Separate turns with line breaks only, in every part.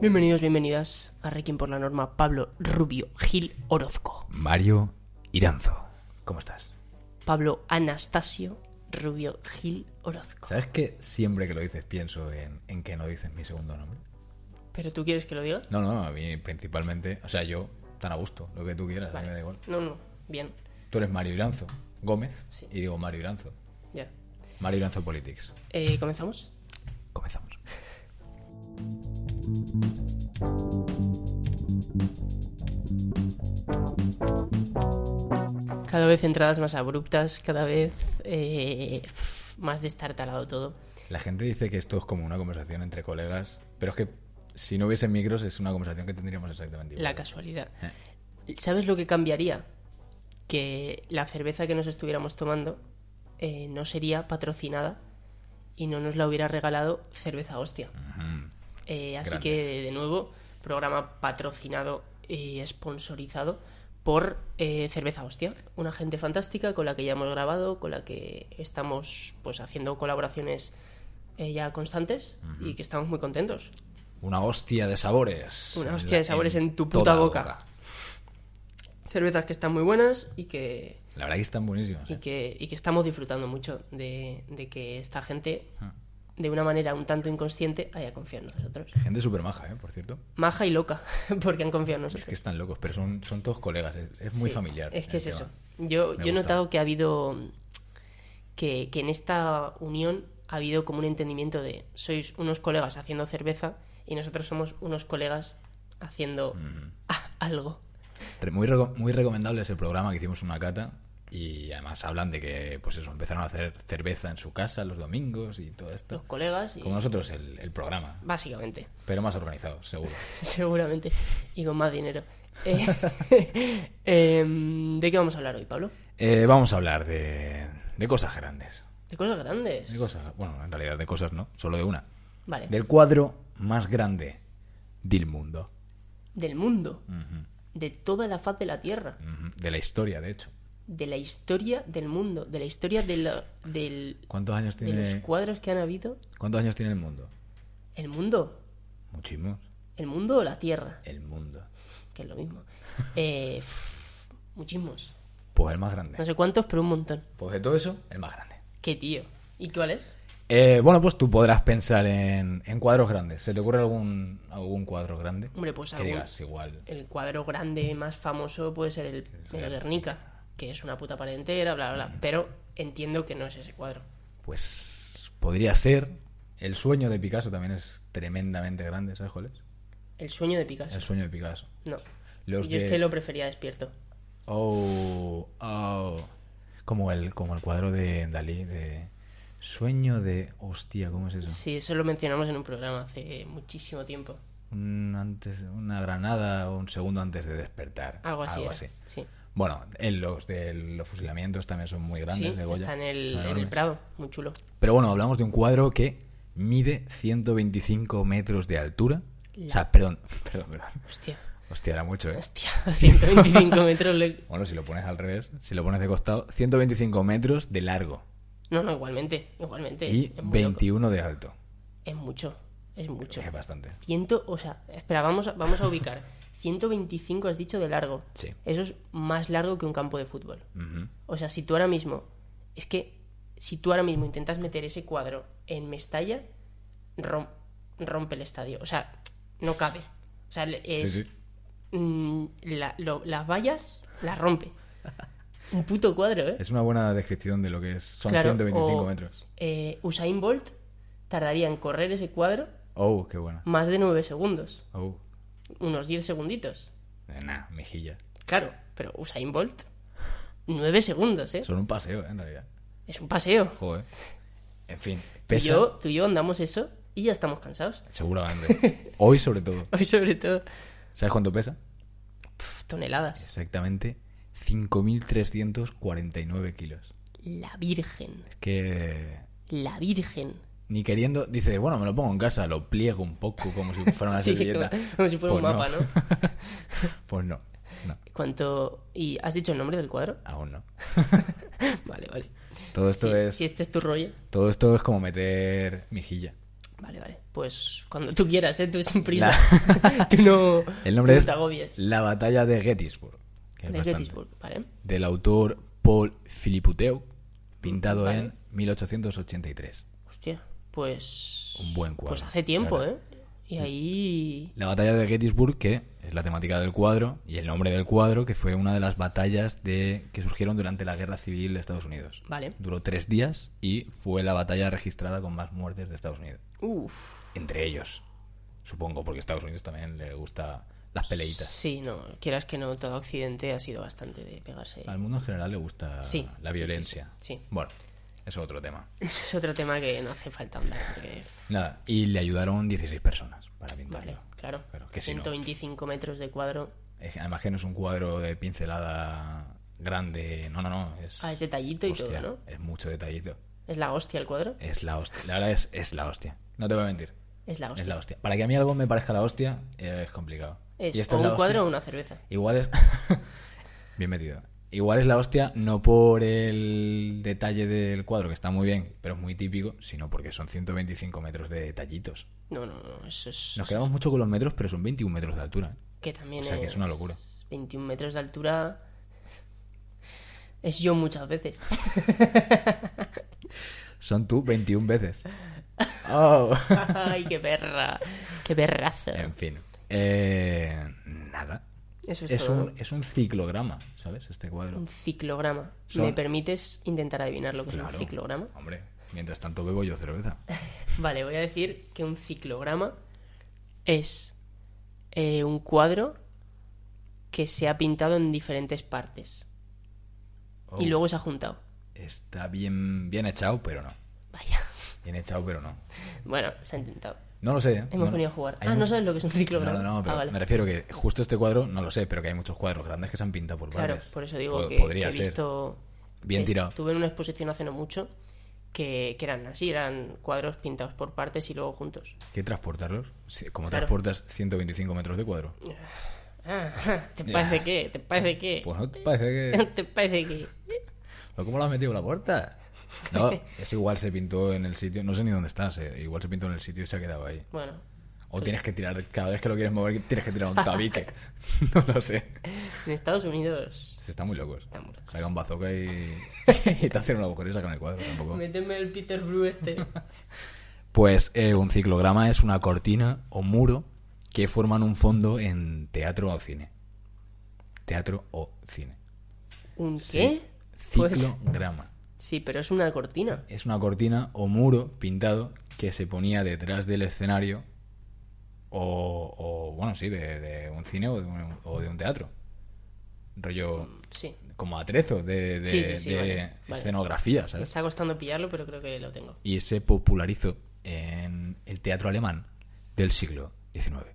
Bienvenidos, bienvenidas a Requiem por la Norma, Pablo Rubio Gil Orozco.
Mario Iranzo, ¿cómo estás?
Pablo Anastasio Rubio Gil Orozco.
¿Sabes que siempre que lo dices pienso en, en que no dices mi segundo nombre?
¿Pero tú quieres que lo diga?
No, no, a mí principalmente, o sea, yo tan a gusto, lo que tú quieras, a mí me da igual.
No, no, bien,
Tú eres Mario Iranzo Gómez
Sí.
y digo Mario Iranzo.
ya.
Mario Iranzo Politics.
Eh, ¿Comenzamos?
Comenzamos.
Cada vez entradas más abruptas, cada vez eh, más destartalado todo.
La gente dice que esto es como una conversación entre colegas, pero es que si no hubiese micros es una conversación que tendríamos exactamente igual. Eh,
La casualidad. ¿Sabes lo que cambiaría? Que la cerveza que nos estuviéramos tomando eh, no sería patrocinada y no nos la hubiera regalado cerveza hostia.
Ujú.
Eh, así
Grandes.
que, de nuevo, programa patrocinado y sponsorizado por eh, Cerveza Hostia, una gente fantástica con la que ya hemos grabado, con la que estamos pues haciendo colaboraciones eh, ya constantes y que estamos muy contentos.
Una hostia de sabores.
Una
En
hostia
la-
de sabores en tu puta
toda
boca. Cervezas que están muy buenas y que,
La verdad que están buenísimas.
y
¿eh?
que, y que estamos disfrutando mucho de, de que esta gente,
Ah.
de una manera un tanto inconsciente, haya confiado en nosotros.
Gente súper maja, ¿eh? por cierto.
Maja y loca, porque han confiado en nosotros.
Es que están locos, pero son, son todos colegas. Es, es muy
Sí,
familiar.
Es que
el
es
tema.
eso. Yo,
Me
yo he
gusta.
notado que ha habido. Que, que en esta unión ha habido como un entendimiento de sois unos colegas haciendo cerveza y nosotros somos unos colegas haciendo a- algo.
Re- Muy, reco- muy recomendable ese programa que hicimos una cata. Y además hablan de que, pues eso, empezaron a hacer cerveza en su casa los domingos y todo
Los
esto.
colegas y.
Como nosotros, el, el programa.
Básicamente,
Pero más organizado, seguro.
seguramente. Y con más dinero. Eh, em, ¿De qué vamos a hablar hoy, Pablo?
Eh, vamos a hablar de, de cosas grandes.
De cosas grandes.
De cosas, bueno, en realidad de cosas, ¿no? Solo de una.
Vale.
Del cuadro más grande del mundo.
Del mundo. De toda la faz de la tierra.
Ujú, De la historia, de hecho.
de la historia del mundo, de la historia de, lo- del-
¿Cuántos años
de los
tiene,
cuadros que han habido.
¿cuántos años tiene el mundo?
El mundo,
Muchísimos.
el mundo o la tierra,
El mundo.
que es lo mismo. Eh, pff, muchísimos.
Pues el más
No
grande.
sé cuántos, pero un montón.
Pues de todo eso, el más grande.
Qué tío. ¿Y cuál es?
Eh, bueno, pues tú podrás pensar en, en cuadros grandes. ¿Se te ocurre algún, algún cuadro grande?
Hombre, pues
que
algún-
digas igual.
El cuadro grande más famoso puede ser el, el Guernica, que es una puta pared entera, bla, bla, bla. Pero entiendo que no es ese cuadro.
Pues podría ser. El sueño de Picasso también es tremendamente grande, ¿sabes cuál es?
El sueño de Picasso.
El sueño de Picasso.
No.
Los
Yo es
de-
que lo prefería despierto.
Oh, oh. Como el, como el cuadro de Dalí, de. Sueño de. Hostia, ¿cómo es eso?
Sí, eso lo mencionamos en un programa hace muchísimo tiempo.
Un antes, una granada o un segundo antes de despertar.
Algo así. era. Sí.
Bueno, en los de los fusilamientos también son muy grandes
sí,
de Goya.
está en el,
Son
en el
enormes.
Prado, muy chulo.
Pero bueno, hablamos de un cuadro que mide 125 metros de altura. O sea, perdón, perdón, perdón.
Hostia,
Hostia, era mucho, ¿eh?
hostia, 125 metros. le-
Bueno, si lo pones al revés, si lo pones de costado, 125 metros de largo
No, no, igualmente, igualmente.
y
Eh, es, muy loco.
21 de alto.
es mucho, es mucho.
Es bastante.
Ciento, o sea, espera, vamos a, vamos a ubicar. 125 has dicho de largo.
Sí.
Eso es más largo que un campo de fútbol.
Ujú.
O sea, si tú ahora mismo, es que si tú ahora mismo intentas meter ese cuadro en Mestalla, rom- rompe el estadio. O sea, no cabe. O sea, le- es...
Sí, sí.
mm, la- lo- las vallas las rompe. Un puto cuadro, ¿eh?
Es una buena descripción de lo que es. Son
Claro,
125
o,
metros.
eh, Usain Bolt tardaría en correr ese cuadro
Oh, qué buena.
más de 9 segundos.
Oh,
Unos 10 segunditos.
nah, mejilla.
Claro, pero Usain Bolt... 9 segundos, ¿eh?
Son un paseo, eh, en realidad.
Es un paseo.
Joder. En fin,
Tú y,
pesa.
yo, tú y yo andamos eso y ya estamos cansados.
Seguramente. Hoy sobre todo.
Hoy sobre todo...
¿Sabes cuánto pesa?
pf, toneladas.
Exactamente 5.349 kilos.
La Virgen.
Es que
La Virgen.
ni queriendo, dice, bueno, me lo pongo en casa, lo pliego un poco como si fuera una
Sí,
servilleta.
como- como si fuera un mapa, ¿no?
Pues no, no,
¿Cuánto... ¿Y has dicho el nombre del cuadro?
aún no.
Vale, vale.
Todo esto
Si-
es
Si este es tu rollo.
todo esto es como meter mejilla.
Vale, vale. Pues cuando tú quieras, ¿eh? Tú sin prisa.
La-
tú no,
El nombre
tú no
es
te agobies.
La batalla de Gettysburg, que es
de
bastante-
Gettysburg, ¿vale?
del autor Paul Philipputeu, pintado
Vale.
en 1883.
Hostia, pues...
Un buen cuadro,
Pues hace tiempo,
la
¿eh? Y ahí...
La batalla de Gettysburg, que es la temática del cuadro y el nombre del cuadro, que fue una de las batallas de que surgieron durante la Guerra Civil de Estados Unidos.
Vale.
Duró tres días y fue la batalla registrada con más muertes de Estados Unidos.
Uf.
Entre ellos, supongo, porque a Estados Unidos también le gusta las peleitas.
Sí, no, quieras que no, todo Occidente ha sido bastante de pegarse.
Al mundo en general le gusta
Sí,
la
sí, sí,
violencia.
sí.
Bueno, eso es otro tema.
Es otro tema que no hace falta andar, porque...
Nada, y le ayudaron 16 personas para pintarlo.
Vale, claro.
Claro, que si no.
125 metros de cuadro.
Es- Además que no es un cuadro de pincelada grande. No, no, no. Es,
Ah, es detallito y
hostia,
todo, ¿no?
Es mucho detallito.
¿Es la hostia el cuadro?
Es la hostia. La verdad es, es la hostia. No te voy a mentir.
Es la hostia.
Es la hostia. Para que a mí algo me parezca la hostia, eh, es complicado.
Es
Y esto
o
es la
un cuadro o
hostia.
una cerveza.
Igual es. bien metido. Igual es la hostia, no por el detalle del cuadro, que está muy bien, pero es muy típico, sino porque son 125 metros de detallitos.
No, no, no, eso es...
Nos quedamos mucho con los metros, pero son 21 metros de altura. ¿eh?
Que
O
también
sea que es una locura.
21 metros de altura. Es yo muchas veces.
Son tú 21 veces. Oh.
Ay, qué perra. Qué perrazo.
En fin. Eh, nada.
Eso es,
Es
todo.
un, es un ciclograma, ¿sabes? Este cuadro.
Un ciclograma.
Son-
¿Me permites intentar adivinar lo que es
Claro.
un ciclograma?
Hombre, mientras tanto bebo yo cerveza.
Vale, voy a decir que un ciclograma es eh, un cuadro que se ha pintado en diferentes partes
Oh,
y luego se ha juntado.
Está bien, bien echado, pero no.
Vaya.
Bien echado, pero no.
Bueno, se ha intentado.
No lo sé. ¿eh?
Hemos
no-
venido a jugar.
hay
Ah,
mu-
no sabes lo que es un
No,
ciclograma.
no, no, pero
ah, vale.
me refiero que justo este cuadro, no lo sé, pero que hay muchos cuadros grandes que se han pintado por
Claro,
partes.
por eso digo
Po-
que,
podría
que he
ser.
visto.
Bien
que
tirado.
Estuve en una exposición hace no mucho que, que eran así, eran cuadros pintados por partes y luego juntos.
¿Qué transportarlos? Sí, Como
Claro. Eh,
transportas 125 metros de cuadro.
Ah, ¿Te parece que? ¿Te parece que?
Pues no te parece que.
¿Te parece que?
¿Pero ¿Cómo lo has metido en la puerta? No, eso igual se pintó en el sitio, no sé ni dónde estás, eh, igual se pintó en el sitio y se ha quedado ahí.
Bueno,
O tienes que tirar, cada vez que lo quieres mover, tienes que tirar un tabique. No lo sé.
en Estados Unidos.
Se están muy locos.
Están muy locos.
Sacan bazooka y, y te hacen un agujero y sacan el cuadro tampoco.
Méteme el Peter Blue este.
Pues eh, un ciclograma es una cortina o muro que forman un fondo en teatro o cine. Teatro o cine.
¿Un qué? Pues,
Ciclograma.
sí, pero es una cortina.
Es una cortina o muro pintado que se ponía detrás del escenario o, o, bueno, sí, de, de un cine o de un, o de un teatro. Rollo
Sí.
como atrezo de, de-
Sí, sí, sí,
de
vale, vale.
escenografía,
Me
¿sabes?
está costando pillarlo, pero creo que lo tengo.
Y se popularizó en el teatro alemán del siglo XIX,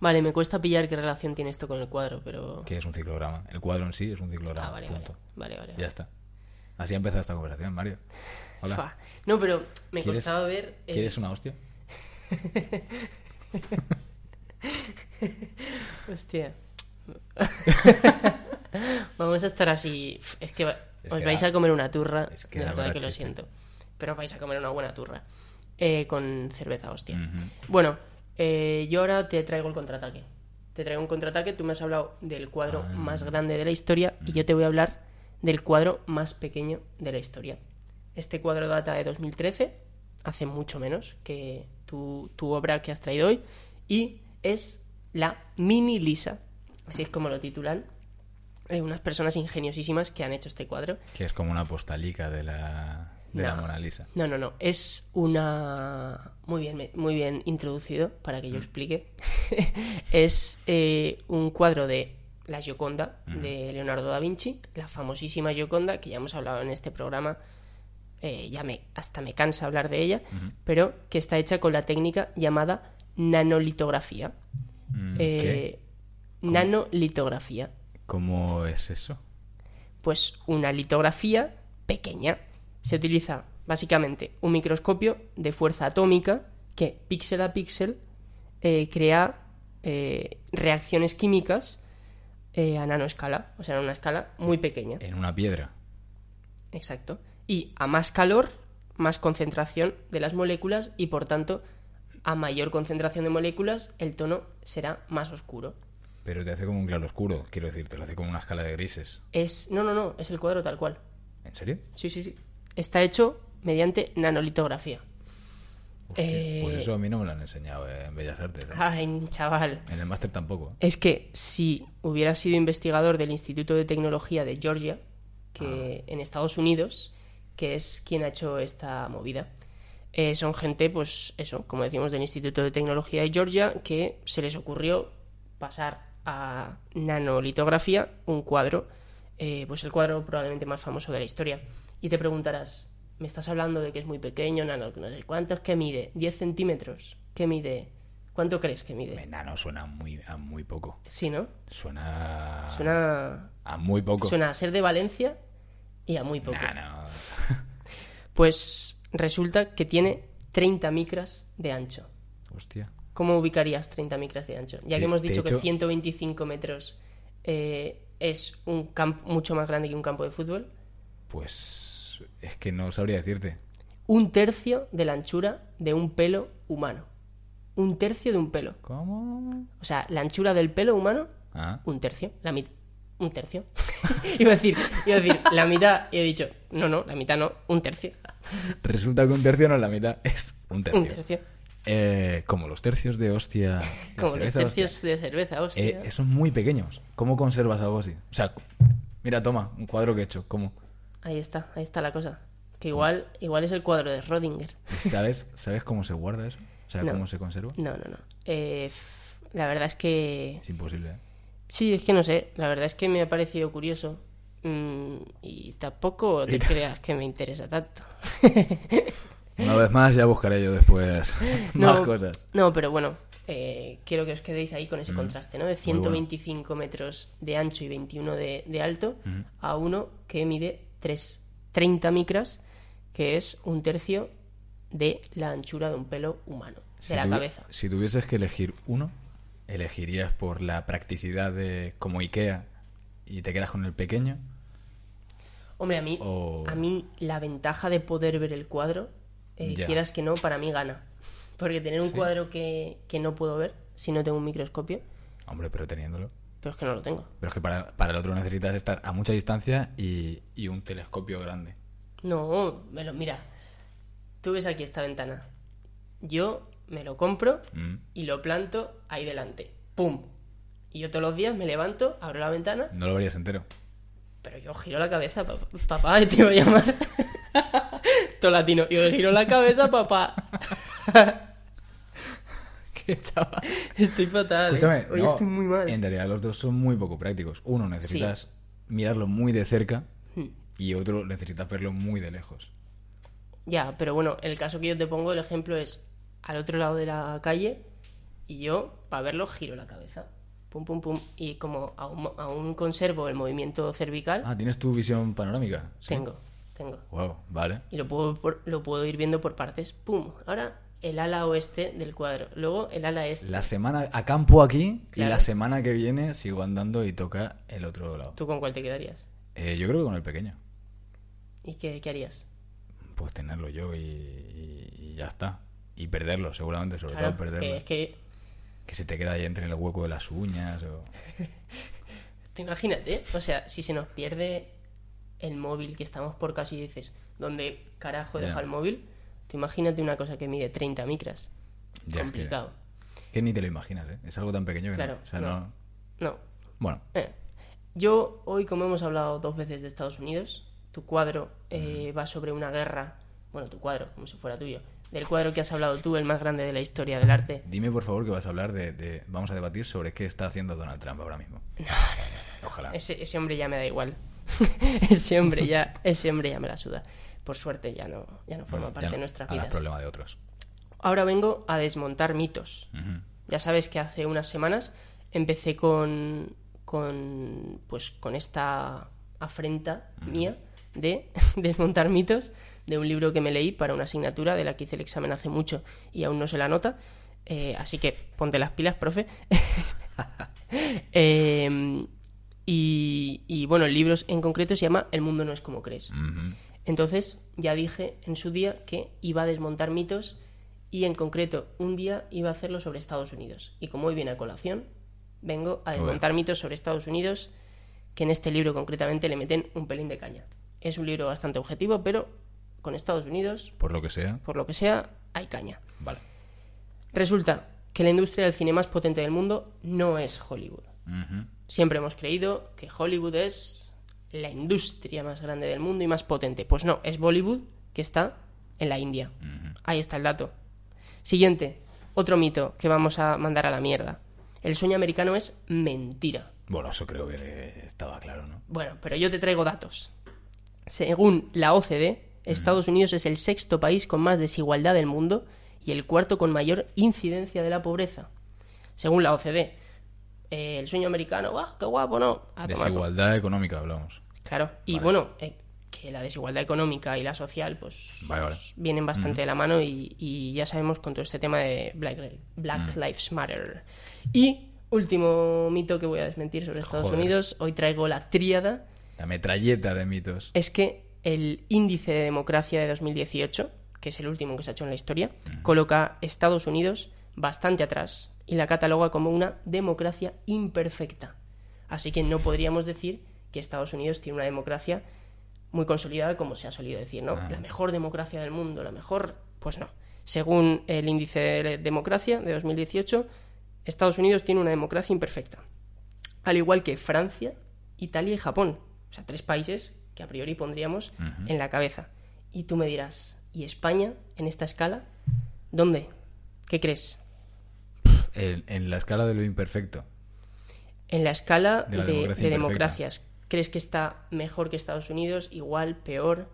Vale, me cuesta pillar qué relación tiene esto con el cuadro, pero.
que es un ciclograma. El cuadro en sí es un ciclograma.
Ah, vale, vale.
punto.
Vale, vale.
Ya está. Así ha empezado esta conversación, Mario. Hola.
Fa. No, pero me
¿Quieres-
costaba ver. el-
¿Quieres una hostia?
Hostia. Vamos a estar así. Es que va-
Es
os
que
vais
da-
a comer una turra.
es que
de
da
verdad que lo
chiste.
siento. Pero vais a comer una buena turra. Eh, con cerveza, hostia.
Ujú.
Bueno, eh, yo ahora te traigo el contraataque. Te traigo un contraataque. Tú me has hablado del cuadro más grande de la historia y yo te voy a hablar del cuadro más pequeño de la historia. Este cuadro data de 2013, hace mucho menos que tu, tu obra que has traído hoy, y es la Mini Lisa. Así es como lo titulan. Hay unas personas ingeniosísimas que han hecho este cuadro.
Que es como una postalica de la, de la
No.
Mona Lisa.
No, no, no. Es una. Muy bien, me- muy bien introducido para que yo explique. es eh, un cuadro de La Gioconda de Leonardo da Vinci, la famosísima Gioconda, que ya hemos hablado en este programa. eh, ya me, hasta me cansa hablar de ella, pero que está hecha con la técnica llamada nanolitografía.
Mm,
Eh, nanolitografía
¿Qué? ¿Cómo es eso?
pues una litografía pequeña. Se utiliza básicamente un microscopio de fuerza atómica que píxel a píxel eh, crea eh, reacciones químicas eh, a nanoescala, o sea, a una escala muy pequeña.
en una piedra.
Exacto. Y a más calor, más concentración de las moléculas y por tanto, a mayor concentración de moléculas, el tono será más oscuro.
Pero te hace como un claro oscuro, quiero decir, te lo hace como una escala de grises.
Es. No, no, no, es el cuadro tal cual.
¿En serio?
Sí, sí, sí. Está hecho mediante nanolitografía.
Hostia,
Eh, Ah.
Pues eso a mí no me lo han enseñado eh, en Bellas Artes. ¿eh?
Ay, chaval.
En el máster tampoco.
Es que si hubiera sido investigador del Instituto de Tecnología de Georgia, que en Estados Unidos, que es quien ha hecho esta movida, eh, son gente, pues eso, como decimos, del Instituto de Tecnología de Georgia, que se les ocurrió pasar a nanolitografía un cuadro, eh, pues el cuadro probablemente más famoso de la historia. Y te preguntarás, me estás hablando de que es muy pequeño, nano, no sé cuántos, que mide? ¿10 centímetros? ¿Qué mide? ¿Cuánto crees que mide?
Enano suena muy, a muy poco.
Sí, ¿no?
Suena.
Suena,
A muy poco.
suena a ser de Valencia y a muy poco.
Nah, no.
Pues resulta que tiene 30 micras de ancho.
Hostia.
¿Cómo ubicarías 30 micras de ancho? Ya
De-
que hemos
de
dicho que
hecho-
125 metros eh, es un campo mucho más grande que un campo de fútbol,
Pues. Es que no sabría decirte.
un tercio de la anchura de un pelo humano. Un tercio de un pelo.
¿Cómo?
O sea, la anchura del pelo humano,
Ah,
un tercio. La mitad. Un tercio. iba, a decir, iba a decir, la mitad. Y he dicho, no, no, la mitad no, un tercio.
resulta que un tercio no es la mitad, es un tercio.
Un tercio.
Eh, como los tercios de hostia. de
Como los
cerveza,
tercios
hostia.
de cerveza, hostia.
Eh, esos muy pequeños. ¿Cómo conservas algo así? O sea, mira, toma, un cuadro que he hecho. ¿Cómo?
Ahí está, ahí está la cosa. Que igual, igual es el cuadro de Rodinger.
¿Y ¿Sabes, ¿Sabes cómo se guarda eso? O sea,
No.
¿cómo se conserva?
No, no, no. Eh, f- la verdad es que.
Es imposible. ¿eh?
Sí, es que no sé. La verdad es que me ha parecido curioso. Mm, y tampoco te creas que me interesa tanto.
Una vez más, ya buscaré yo después más
No,
cosas.
No, pero bueno, eh, quiero que os quedéis ahí con ese contraste, ¿no? De 125 metros de ancho y 21 de, de alto a uno que mide 3, 30 micras, que es un tercio de la anchura de un pelo humano, de la
tuvi-
cabeza.
Si tuvieses que elegir uno, elegirías por la practicidad de como Ikea y te quedas con el pequeño.
Hombre, a mí,
O-
a mí la ventaja de poder ver el cuadro, eh,
Ya.
quieras que no, para mí gana. Porque tener un
Sí.
cuadro que, que no puedo ver si no tengo un microscopio,
Hombre, pero teniéndolo.
pero es que no lo tengo.
Pero es que para, para el otro necesitas estar a mucha distancia y, y un telescopio grande.
No, me lo, mira, tú ves aquí esta ventana. Yo me lo compro
Mm.
y lo planto ahí delante. ¡Pum! Y yo todos los días me levanto, abro la ventana,
No lo verías entero.
pero yo giro la cabeza, pa- papá, te voy a llamar. Todo latino. Yo giro la cabeza, papá.
Qué chaval.
Estoy fatal. ¿eh?
Escúchame.
Hoy
no,
estoy muy mal.
En realidad los dos son muy poco prácticos. Uno necesitas mirarlo muy de cerca
Hmm.
y otro necesitas verlo muy de lejos.
Ya, pero bueno, el caso que yo te pongo, el ejemplo es al otro lado de la calle y yo, para verlo, giro la cabeza. Pum, pum, pum. Y como aún, aún conservo el movimiento cervical,
Ah, ¿tienes tu visión panorámica? Sí.
tengo, tengo.
Wow, vale.
Y lo puedo, por- lo puedo ir viendo por partes. Pum. Ahora el ala oeste del cuadro. Luego el ala este.
La semana a campo aquí y
Claro.
la semana que viene sigo andando y toca el otro lado.
¿Tú con cuál te quedarías?
Eh, yo creo que con el pequeño.
¿Y qué, qué harías?
Pues tenerlo yo y, y- y ya está. Y perderlo, seguramente, sobre
Claro,
Pues todo perderlo.
que es que,
Que se te queda ahí entre el hueco de las uñas o...
tú imagínate, o sea, si se nos pierde el móvil que estamos por casi y dices, ¿dónde carajo he
Ya.
dejado el móvil? Tú imagínate una cosa que mide 30 micras.
Ya es que-
Complicado.
Que ni te lo imaginas, ¿eh? Es algo tan pequeño que no-
Claro,
o sea,
no.
no-
No.
Bueno,
Eh, Yo, hoy, como hemos hablado dos veces de Estados Unidos, tu cuadro eh, va sobre una guerra. Bueno, tu cuadro, como si fuera tuyo. Del cuadro que has hablado tú, el más grande de la historia del arte.
dime por favor que vas a hablar de, de- Vamos a debatir sobre qué está haciendo Donald Trump ahora mismo. Ojalá.
Ese, ese hombre ya me da igual. ese hombre ya, ese hombre ya me la suda. Por suerte ya no, ya no forma
Bueno, ya
parte
no-
de nuestras
harás
vidas.
problema de otros.
Ahora vengo a desmontar mitos.
Ujú.
Ya sabes que hace unas semanas empecé con. con. pues con esta afrenta mía de desmontar mitos de un libro que me leí para una asignatura de la que hice el examen hace mucho y aún no se la nota. Eh, así que ponte las pilas, profe. Eh, y, y, bueno, el libro en concreto se llama El mundo no es como crees.
Ujú.
Entonces, ya dije en su día que iba a desmontar mitos y en concreto un día iba a hacerlo sobre Estados Unidos. Y como hoy viene a colación, vengo a
ver.
desmontar mitos sobre Estados Unidos que en este libro concretamente le meten un pelín de caña. Es un libro bastante objetivo, pero con Estados Unidos,
Por lo que sea.
por lo que sea, hay caña.
Vale.
Resulta que la industria del cine más potente del mundo no es Hollywood.
Ujú.
Siempre hemos creído que Hollywood es la industria más grande del mundo y más potente. Pues no, es Bollywood que está en la India. Ahí está el dato. Siguiente, otro mito que vamos a mandar a la mierda. El sueño americano es mentira.
Bueno, eso creo que estaba claro, ¿no?
Bueno, pero yo te traigo datos. Según la OCDE, Estados Unidos es el sexto país con más desigualdad del mundo y el cuarto con mayor incidencia de la pobreza. Según la OCDE, eh, el sueño americano, ¡guau, qué guapo, no! A tomar por-
Desigualdad económica hablamos.
Claro, y
Vale.
bueno, eh, que la desigualdad económica y la social, pues
Vale, vale.
vienen bastante de la mano y, y ya sabemos con todo este tema de Black, Black
Mm.
Lives Matter. Y último mito que voy a desmentir sobre Estados
Joder.
Unidos, hoy traigo la tríada,
La metralleta de mitos.
es que el índice de democracia de 2018, que es el último que se ha hecho en la historia, coloca a Estados Unidos bastante atrás y la cataloga como una democracia imperfecta. Así que no podríamos decir que Estados Unidos tiene una democracia muy consolidada, como se ha solido decir, ¿no? La mejor democracia del mundo, la mejor. Pues no. Según el índice de democracia de 2018, Estados Unidos tiene una democracia imperfecta al igual que Francia, Italia y Japón. O sea, tres países que a priori pondríamos en la cabeza. Y tú me dirás, ¿y España en esta escala? ¿Dónde? ¿Qué crees?
En, en la escala de lo imperfecto.
En la escala de,
De la democracia
de
imperfecta.
democracias, ¿crees que está mejor que Estados Unidos? Igual, peor,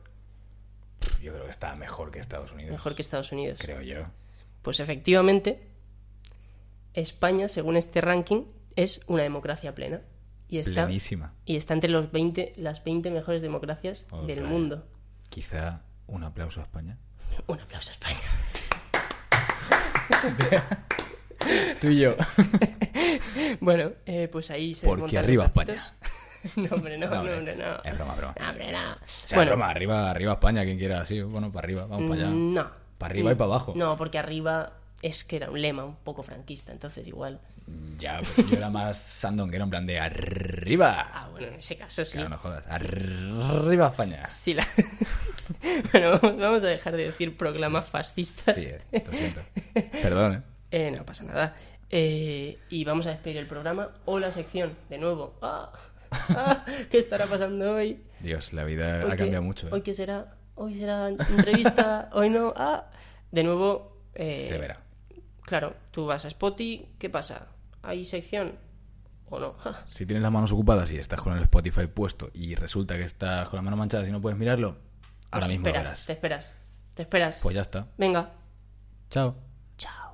Pff, Yo creo que está mejor que Estados Unidos.
mejor que Estados Unidos.
Creo yo.
Pues efectivamente, España, según este ranking, es una democracia plena. Y está,
Plenísima.
y está entre los 20, las 20 mejores democracias del
Otra.
mundo.
Quizá un aplauso a España.
Un aplauso a España.
Tú y yo.
Bueno, eh, pues ahí se
Porque
desmontan los
arriba
datos. no, hombre, no, no,
hombre,
hombre, no.
Es broma, broma.
No, hombre, no.
O sea, broma, arriba, arriba España, quien quiera así. Bueno, para arriba, vamos para allá.
mm, no. Mm,
Para arriba y para abajo.
No, porque arriba es que era un lema un poco franquista, entonces igual.
Ya, pero yo era más sandonguero en plan de arriba.
Ah, bueno, en ese caso sí.
Claro, no jodas. Arriba España.
Sí, la... bueno, vamos- vamos a dejar de decir proclamas fascistas.
Sí, eh, lo siento. Perdón, ¿eh?
Eh, no pasa nada. Eh, y vamos a despedir el programa o la sección, de nuevo. Ah, ah, ¿Qué estará pasando hoy?
Dios, la vida
Hoy
ha
qué-
cambiado mucho. ¿eh?
Hoy qué será, hoy será entrevista, hoy no. Ah, de nuevo. eh,
Se verá.
Claro, tú vas a Spotify, ¿qué pasa? ¿Hay sección o no? Ja.
Si tienes las manos ocupadas y estás con el Spotify puesto y resulta que estás con las manos manchadas y no puedes mirarlo,
Pues
ahora
te
mismo lo
esperas,
verás.
Te esperas, te esperas.
Pues ya está.
Venga,
Chao.
chao.